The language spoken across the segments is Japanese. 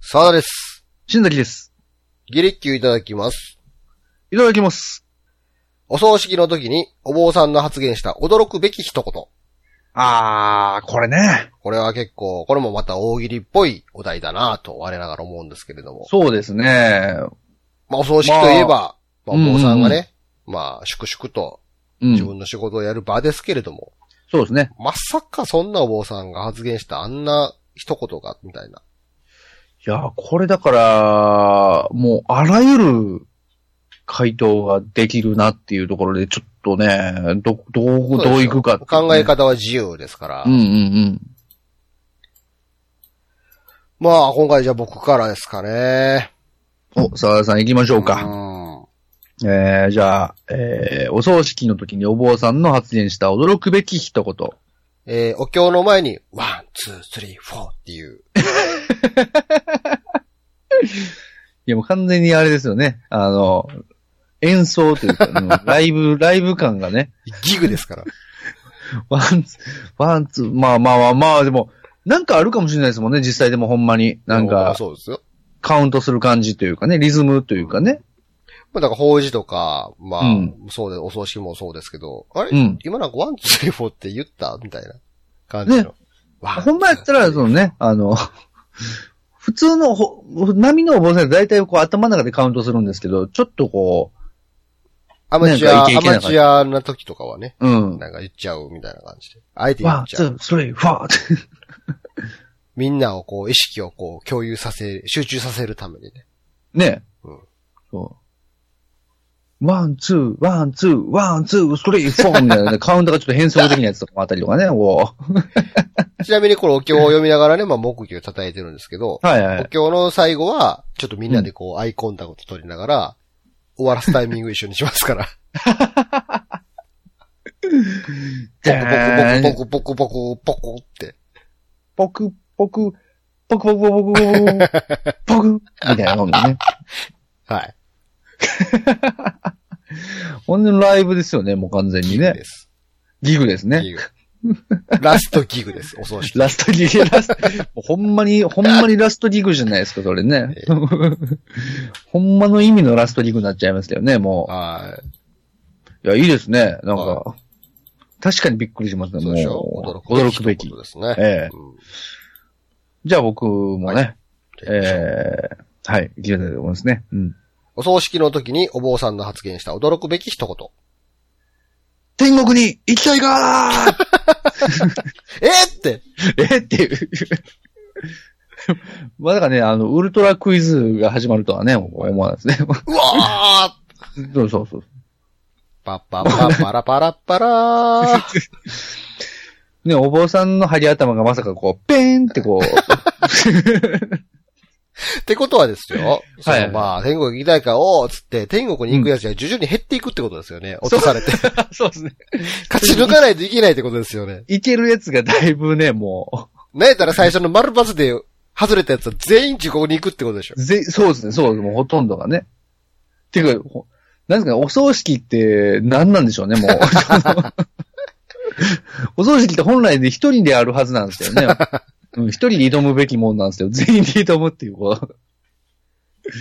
沢田です。新崎です。ギリッキュいただきます。いただきます。お葬式の時にお坊さんの発言した驚くべき一言。あー、これね。これは結構、これもまた大喜利っぽいお題だなぁと我ながら思うんですけれども。そうですね。まあお葬式といえば、ままああお坊さんがうんね、まあ粛々とう自ん。分の仕事をやる場ですけれども、そうですね。まさかそんなお坊さんが発言したあんな一言が、みたいな。いやー、これだから、もう、あらゆる回答ができるなっていうところで、ちょっとね、ど、どう、どういくかっていうね考え。方は自由ですから。うんうんうん。まあ今回じゃあ僕からですかね。お、沢田さん行きましょうか。か。えー、じゃあ、えー、お葬式の時にお坊さんの発言した驚くべき一言。えーお経の前に、ワン、ツー、スリー、フォーっていう。いや、もう完全にあれですよね。あの、演奏という か、うんライブ、ライブ感がね。ギグですから。ワンツ、ワンツ、まあまあまあまあ、でも、なんかあるかもしれないですもんね、実際でもほんまに。 なんまあか、そうですよ。カウントする感じというかね、リズムというかね。まあだから法事とか、まあ、うんそうで、お葬式もそうですけど、あれ、うん今なんかワン、ツー、スリー、フォーって言ったみたいな感じの。ねワンほんまやったら、そのね、あの、普通のほ、波のお坊さんだいたいこう頭の中でカウントするんですけど、ちょっとこアマチュア、なんかアイケイケなマ感じチュアな時とかはね、う、うん。なんか言っちゃうみたいな感じで。あえて言ワっン、ちゃツう。ー、スリー、フォーって。みんなをこう、意識をこう、共有させ、集中させるためにね。ね。うんそう。ワン、ツー、ワン、ツー、ワン、ツー、スリー、フォーみたいなね、カウントがちょっと変則的なやつとかもあったりとかね、こう。ちなみにこれお経を読みながらね、まあ、木魚叩いてるんですけど、はいはおい。経の最後は、ちょっとみんなでこう、アイコンタクト取りながら、終わらすタイミング一緒にしますから。ポクポクポクポクポクポクって。ポク、ポク、ポクポクポクポク、ポク、みたいなもんね。はい。ほんのライブですよね、もう完全にギグねで。す。ギグですね。ギグ。ラストギグです。お葬式。ラストギグ、ラスト、もうほんまに、ほんまにラストギグじゃないですか、それねええ。ほんまの意味のラストギグになっちゃいますけどね、もはい。う。いや、いいですね、なんはか。確かにびっくりしますね、そうもうでしょ。驚くべきこ。とですね。ええうんじゃあ僕もね、じゃあ行きましょうえー、はい、いきたいと思いますね。うん。お葬式の時にお坊さんの発言した驚くべき一言。天国に行きたいかーえーってえ っていう。まあだからね、あの、ウルトラクイズが始まるとはね、思わないですね。 うわーそうそうそう。パッパッパッパラパラッパラー。ね、お坊さんの張り頭がまさかこう、ペーンってこう、ってことはですよ。はいそのまあ、天国行きたいか、おーっつって、天国に行くやつが徐々に減っていくってことですよね。落とされて。 そうですね。 勝ち抜かないといけないってことですよね。いけるやつがだいぶね、もなんやったら最初の丸バスで外れたやつは全員地獄に行くってことでしょう、。ぜ、そうですね、そう、もうほとんどがね。ていうか、ほなんですかね、お葬式って何なんでしょうね、もう。 お葬式って本来で一人であるはずなんですよね。うん一人で挑むべきもんなんですよ。全員で挑むっていう、こう。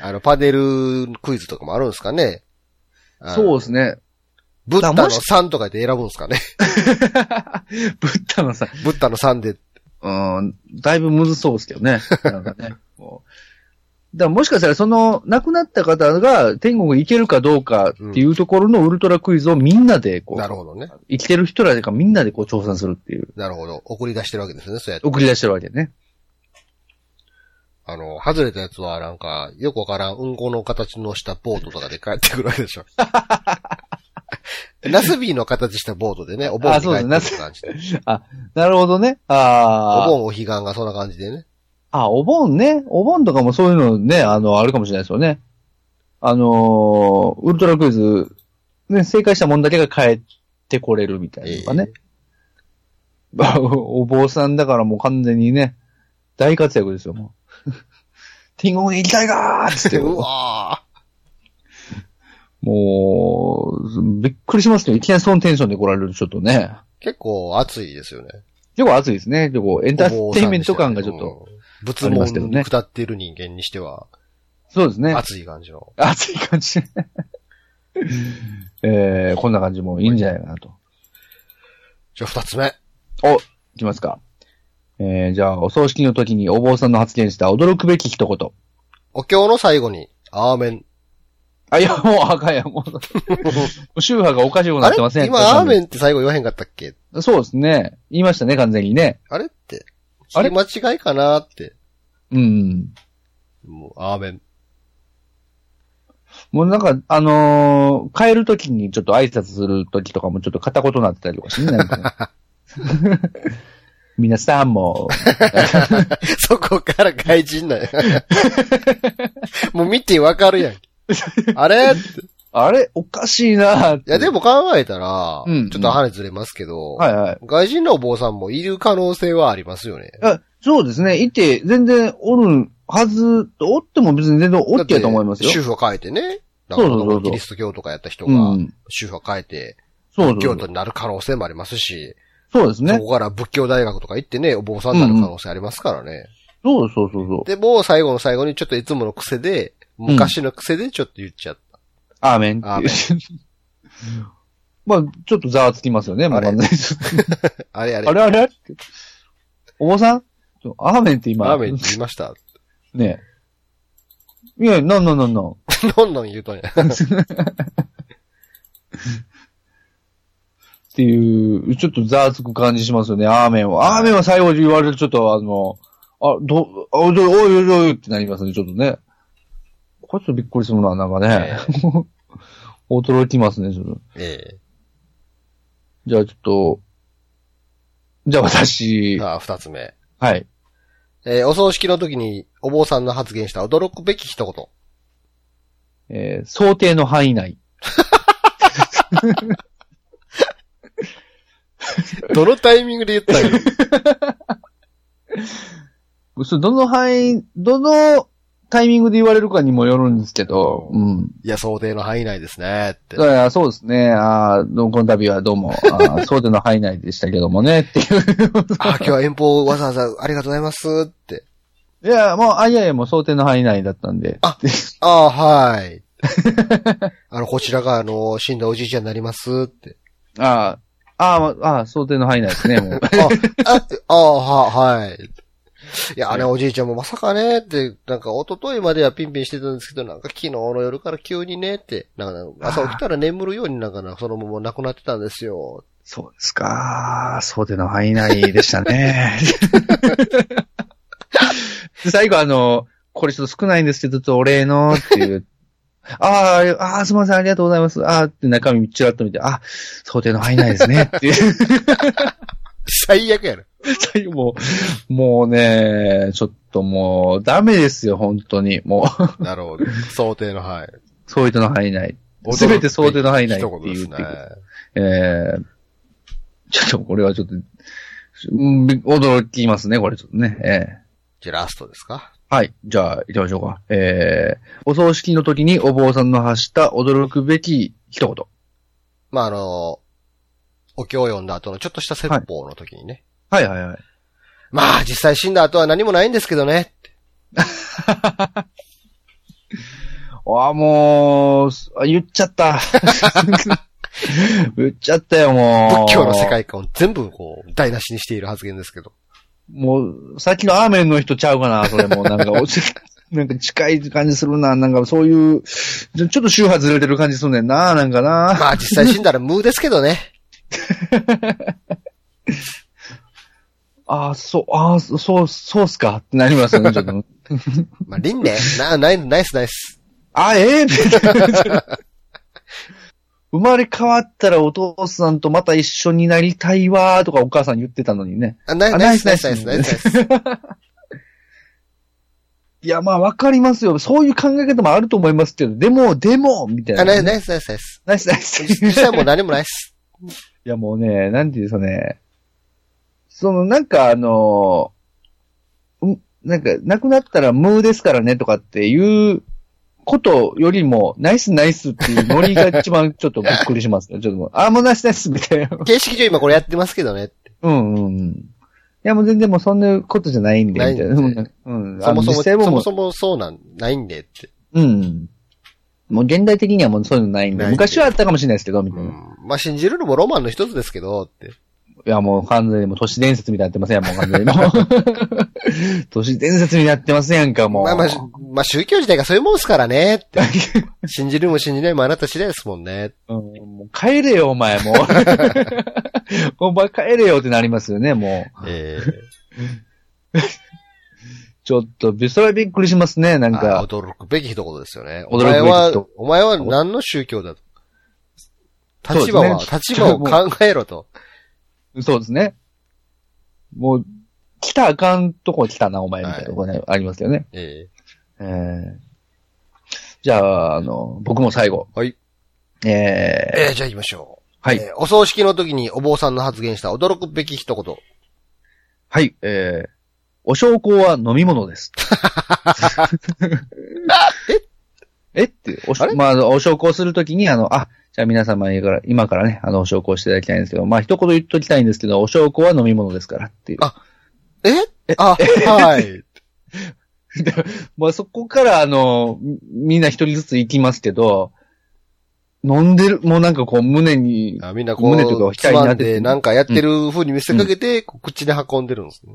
あの、パネルクイズとかもあるんですかね。そうう。ですね。ブッダだのもし3とかで選ぶんですか ね。ブッダのさ、ブッダの3で。うん、だいぶむずそうですけどね。なんかね。もうだからもしかしたらその亡くなった方が天国行けるかどうかっていうところのウルトラクイズをみんなでこう、なるほどね。生きてる人らがみんなでこう挑戦するっていう、なるほど。送り出してるわけですね、そうやって。送り出してるわけね。あの、外れたやつはなんか、よくわからん、うんこの形のしたボートとかで帰ってくるわけでし ょ。ナスビーの形したボートでね、お盆にあ帰そうですってくる感じで。なるほどね。あおあ。。盆お彼岸がそんな感じでね。あ、お盆ね。お盆とかもそういうのね、あの、あるかもしれないですよね。あのーウルトラクイズ、ね、正解したもんだけが帰ってこれるみたいなのがね。 お坊さんだからもう完全にね、大活躍ですよ、もう。 天国に行きたいかーっつって、うわもう、びっくりしますけど、いきなりそのテンションで来られるとちょっとね、ー結構暑いですよね。結構熱いですね。結構エンターテインメント感がちょっとお坊さんでしたよね。うん仏あり門ますけどね下っている人間にしては、そうですね。熱い感じの。熱い感じ。 えー、こんな感じもいいんじゃないかなと。じゃあ二つ目。お、いきますか。えー、じゃあ、お葬式の時にお坊さんの発言した驚くべき一言。お経の最後に、アーメン。あ、いや、もう あかんや、もう。宗派がおかしくなあっれてません。今、アーメンって最後言わへんかったっけン。そうですね。言いましたね、完全にね。あれって。あれ聞き間違いかなって。うん。もう、アーメン。もうなんか、あのー帰る時にちょっと挨拶する時とかもちょっと片言になってたりとかしてね。な んか皆さんも、 そこから外人 なんや。もう見てわかるやん。あれっていあれ、おかしいなってや、でも考えたら、うんちょっと話ずれますけど、はいはい。外人のお坊さんもいる可能性はありますよね。あそうですね。いて、全然おるはず、おっても別に全然オッケーと思いますよ。だって主婦を変えてね。なんかそうそうそうそうキリスト教とかやった人うが、ん。主婦を変えて、そうそうそ教う徒になる可能性もありますし、そうですそね。こから仏教大学とか行ってね、お坊さんになる可能性ありますからね。そうそうそうそう。でも、最後の最後にちょっといつもの癖で、昔の癖でちょっと言っちゃっアーメンってアーいメう。 まあ、ちょっとざわつきますよね、もう完全にた。あれあれ、あれあれってお坊さんちょアーメンって今。ラーメンって言いました。ねえ。いや、なんなんなんなん。 どんどん言うとんや。っていう、ちょっとざわつく感じしますよね、アーメンは。アーメンは最後に言われるとちょっとあの、あ、ど、あ、おいおいおいおいってなりますね、ちょっとね。これちょっとびっくりするな、なんかね。 驚きますね、ちょっと。えじゃあちょっと、じゃあえ私、さあ、二つ目。はい。えーお葬式の時にお坊さんの発言した驚くべき一言。えー想定の範囲内。 どのタイミングで言ったんやそうどの範囲、どのタイミングで言われるかにもよるんですけど、うん。 いや、想定の範囲内ですね、って。いやそうですね。ああ、どうもこの度はどうも、あー想定の範囲内でしたけどもね、っていう。あ、今日は遠方わざわざありがとうございますって。いや、もう、あ、いやいや、もう想定の範囲内だったんで。あああ、 はい。あの、こちらが、あの、死んだおじいちゃんになりますって。ああ、あーあー、想定の範囲内ですね、もう。 あ、あ、ああは、はい。いや、あれおじいちゃんもまさかねって、なんか一昨日まではピンピンしてたんですけど、なんか昨日の夜から急にねって、なんか朝起きたら眠るようになんかなそのまま亡くなってたんですよ。そうですか。想定の範囲内でしたね。で最後、あの、これちょっと少ないんですけど、ちょっとお礼のっていう。あーあー、すみません、ありがとうございます。ああ、って中身ちらっと見て、あ、想定の範囲内ですね。っていう。最悪やな。最後もう、 もうね、ちょっともう、ダメですよ、本当に。もう、なるほど。想定の 範想定の範囲内。囲。すべて想定の範囲内って一言で言すってねくる。えー、ちょっとこれはちょっと、うん驚きますね、これちょっとね。えーじゃあラストですかはい。じゃあ、行きましょうか。えー、お葬式の時にお坊さんの発した驚くべき一言。まあ、あの、お経を読んだ後のちょっとした説法の時にね。はいはいはい。まあ、実際死んだ後は何もないんですけどね。ああ、もう、あ言っちゃった。 言っちゃったよ、もう。仏教の世界観を全部こう、台無しにしている発言ですけど。もう、さっきのアーメンの人ちゃうかな、それも。なんか、おち なんか近い感じするな、なんかそういう、ちょちょっと周波ずれてる感じするねんな、なんかな。まあ、実際死んだら無ですけど ね。ああ、そう、ああ、そう、そうっすかってなりますよね、ちょっと。まあ、輪廻な、ない、ナイスナイス。あ、ええみたいな 生まれ変わったらお父さんとまた一緒になりたいわーとかお母さん言ってたのにね。あナイあナイスナイスナナイイススナイスナイス。いや、まあわかりますよ。そういう考え方もあると思いますけど、でも、でも、みたいあな。ナイスナイスナイスナイス。ナイスナイス実際もう何もないっす。いや、もうね、なんていうんですかね。その、なんかあの、うん、なんか、亡くなったら無ですからねとかっていうことよりも、ナイスナイスっていうノリが一番ちょっとびっくりしますね。ちょっともう、あ、もうナイスナイスみたいな。形式上今これやってますけどね。うんうんうん。や、もう全然もうそんなことじゃないんで、ないんみでたいな。うん。そもそも、あの実際そはももうそもそうなん、ないんでって。うん。もう現代的にはもうそういうのないんで、ないんで昔はあったかもしれないですけど、みたういな。いん。まあ、信じるのもロマンの一つですけど、って。や、もう完全にもう都市伝説みたいになってますやん、もう完全 にもう。都市伝説になってますやんか、もう。まあまあ、しまあ宗教自体がそういうもんですからね、 って。信じるも信じないもあなた次第ですもんね。うん、もう帰れよ、お前、 もう。お前帰れよってなりますよね、もう。えちょっと、びそれはびっくりしますね、なえんあか。驚くべき一言ですよね。驚おくべき前一言は、お前は何の宗教だと。立場は、そうですね立場を考えろ と。そうですね。もう、来たらあかんとこ来たな、お前、みたいなとこね、ありますよね。ええーじゃあ、あの、僕も最後。はい。えええーえじゃあ行きましょう。はえい。えお葬式の時にお坊さんの発言した驚くべき一言。はい。えーお焼香は飲み 物です。えって、おしあれまあ、お焼香するときに、あの、あ、じゃあ皆様今から、今からね、あの、お焼香していただきたいんですけど、まあ、一言言っときたいんですけど、お焼香は飲み物ですからっていう。あえあ、 はい。まあ、そこから、あの、みみんな一人ずつ行きますけど、飲んでる、もうなんかこう、胸に、あみんなこ胸とかう、つ額にまなんっててでなんかやってる風に見せかけて、こう口で運んでるんですね。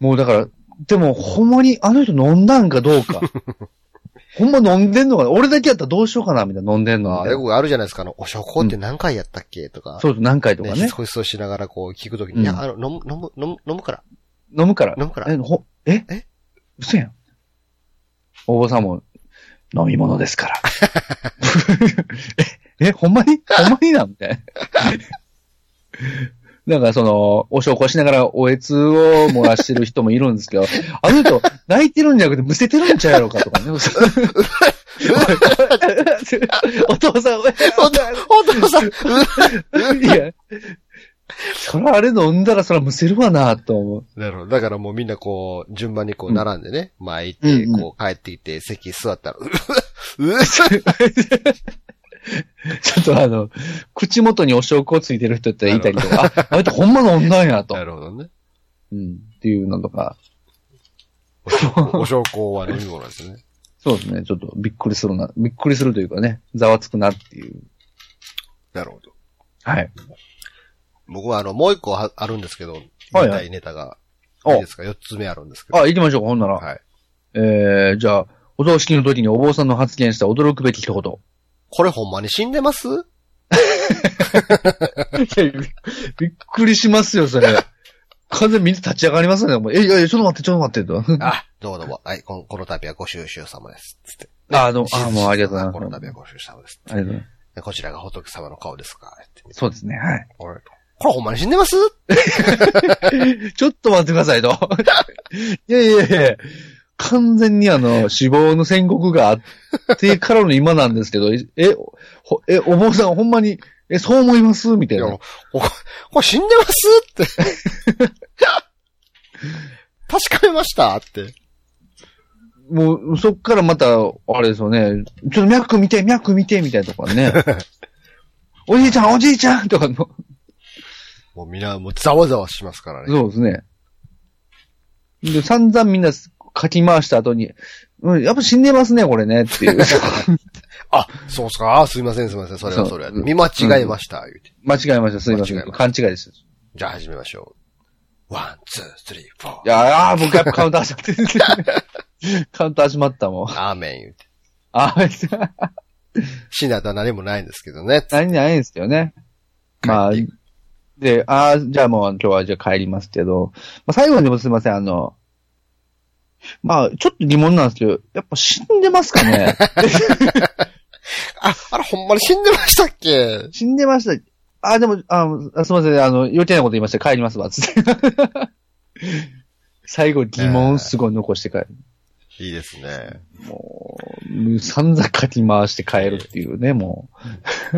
もうだから、でも、ほんまにあの人飲んだんかどうか。ほんま飲んでんのかな俺だけやったらどうしようかなみたいな飲んでんのあは。あ、よくあるじゃないですか。あの、お焼香って何回やったっけとか。そうそう、何回とかね、ねひ。そひそしながらこう聞くときうんに、いや、あの、飲む、飲む、飲む、飲むから、飲むから。飲む から。え、ほ、ええ嘘やん。お坊さんも、飲み物です から。え、え、ほんまにほんまになんみたいな。なんかその、お証拠しながらおえつを漏らしてる人もいるんですけど、あの人、泣いてるんじゃなくてむせてるんちゃうやろうかとかね。おい お父さん、おいお父お父さん、ういや、そらあれ飲んだらそらむせるわなと思う。 なるほど。だからもうみんなこう、順番にこううん並んでね、前行って、うんうんこう帰ってきて、席座ったら、うううっ ちょっとあの、口元にお証拠ついてる人っていたりとか、あ、あれってほんま飲んだんやと。なるほどね。うん。っていうのとか、お焼香は飲み物ですね。そうですね。ちょっとびっくりするな、びっくりするというかね、ざわつくなっていう。なるほど。はい。僕はあの、もう一個はあるんですけど、ははいいはいネタが、おいいですか四つ目あるんですけど。あ、行きましょうか、ほんなら。はい。えー、じゃあ、お葬式の時にお坊さんの発言した驚くべき一言。これほんまに死んでますいやびっびっくりしますよ、そ れ。完全にみんな立ち上がりますよね。もうえ、いやいや、ちょっと待って、ちょっと待って、と。あ、どうもどうも。はい、この、この度はご収集様です。つって。あ、どうも あ、もうありがとうございます。この度はご収集様です。ありがとうございまでこちらが仏様の顔ですかってす。そうですね、はい。これ、これほんまに死んでますちょっと待ってくださいと。 いやいやいや完全にあの、死亡の宣告があってからの今なんですけど、 え、ほえ、お坊さんほんまに、え、そう思いますみたいいや、な。これこれ死んでますって。 確かめましたって。もう、そっからまた、あれですよね、ちょっと脈見て、脈見て、みたいなとこね。 おじいちゃん、おじいちゃんとかの、もうみんな、もうざわざわしますからね。そうですね。で、散々みんな書き回した後に、うん、やっぱ死んでますね、これね、っ ていう。あ、そうっすか。あ、すいません、すいません。それはそれは。そう見間違えました。言うて間違えました、すいませ間違えん。ました勘違いです。じゃあ始めましょう。ワン、ツー、スリー、フォいー。やー、僕やっぱカウンターしちゃって。カウンターしまったもん。アーメン言うて。あ、死んだ後は何もないんですけどね。 何ないんですけどね。まあ帰って、で、あーじゃあもう今日はじゃあ帰りますけど、まあ最後にもすいません、あの、まあ、ちょっと疑問なんですけど、やっぱ死んでますかねあ、あれほんまに死んでましたっけ死んでました。あ、でも、ああすいません、あの、余計なこと言いました。帰りますわ、つ って。最後疑問すごい残して帰る。いいですね。もう、散々書き回して帰るっていうね、もう。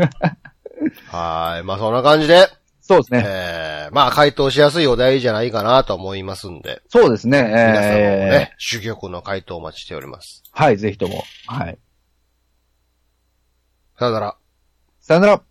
はーい。まあそんな感じで、そうですね。えー、まあ回答しやすいお題じゃないかなと思いますんで。そうですね。皆さんもえね、珠玉の回答をお待ちしておりますー。はい、ぜひとも。はい。さよなら。さよなら。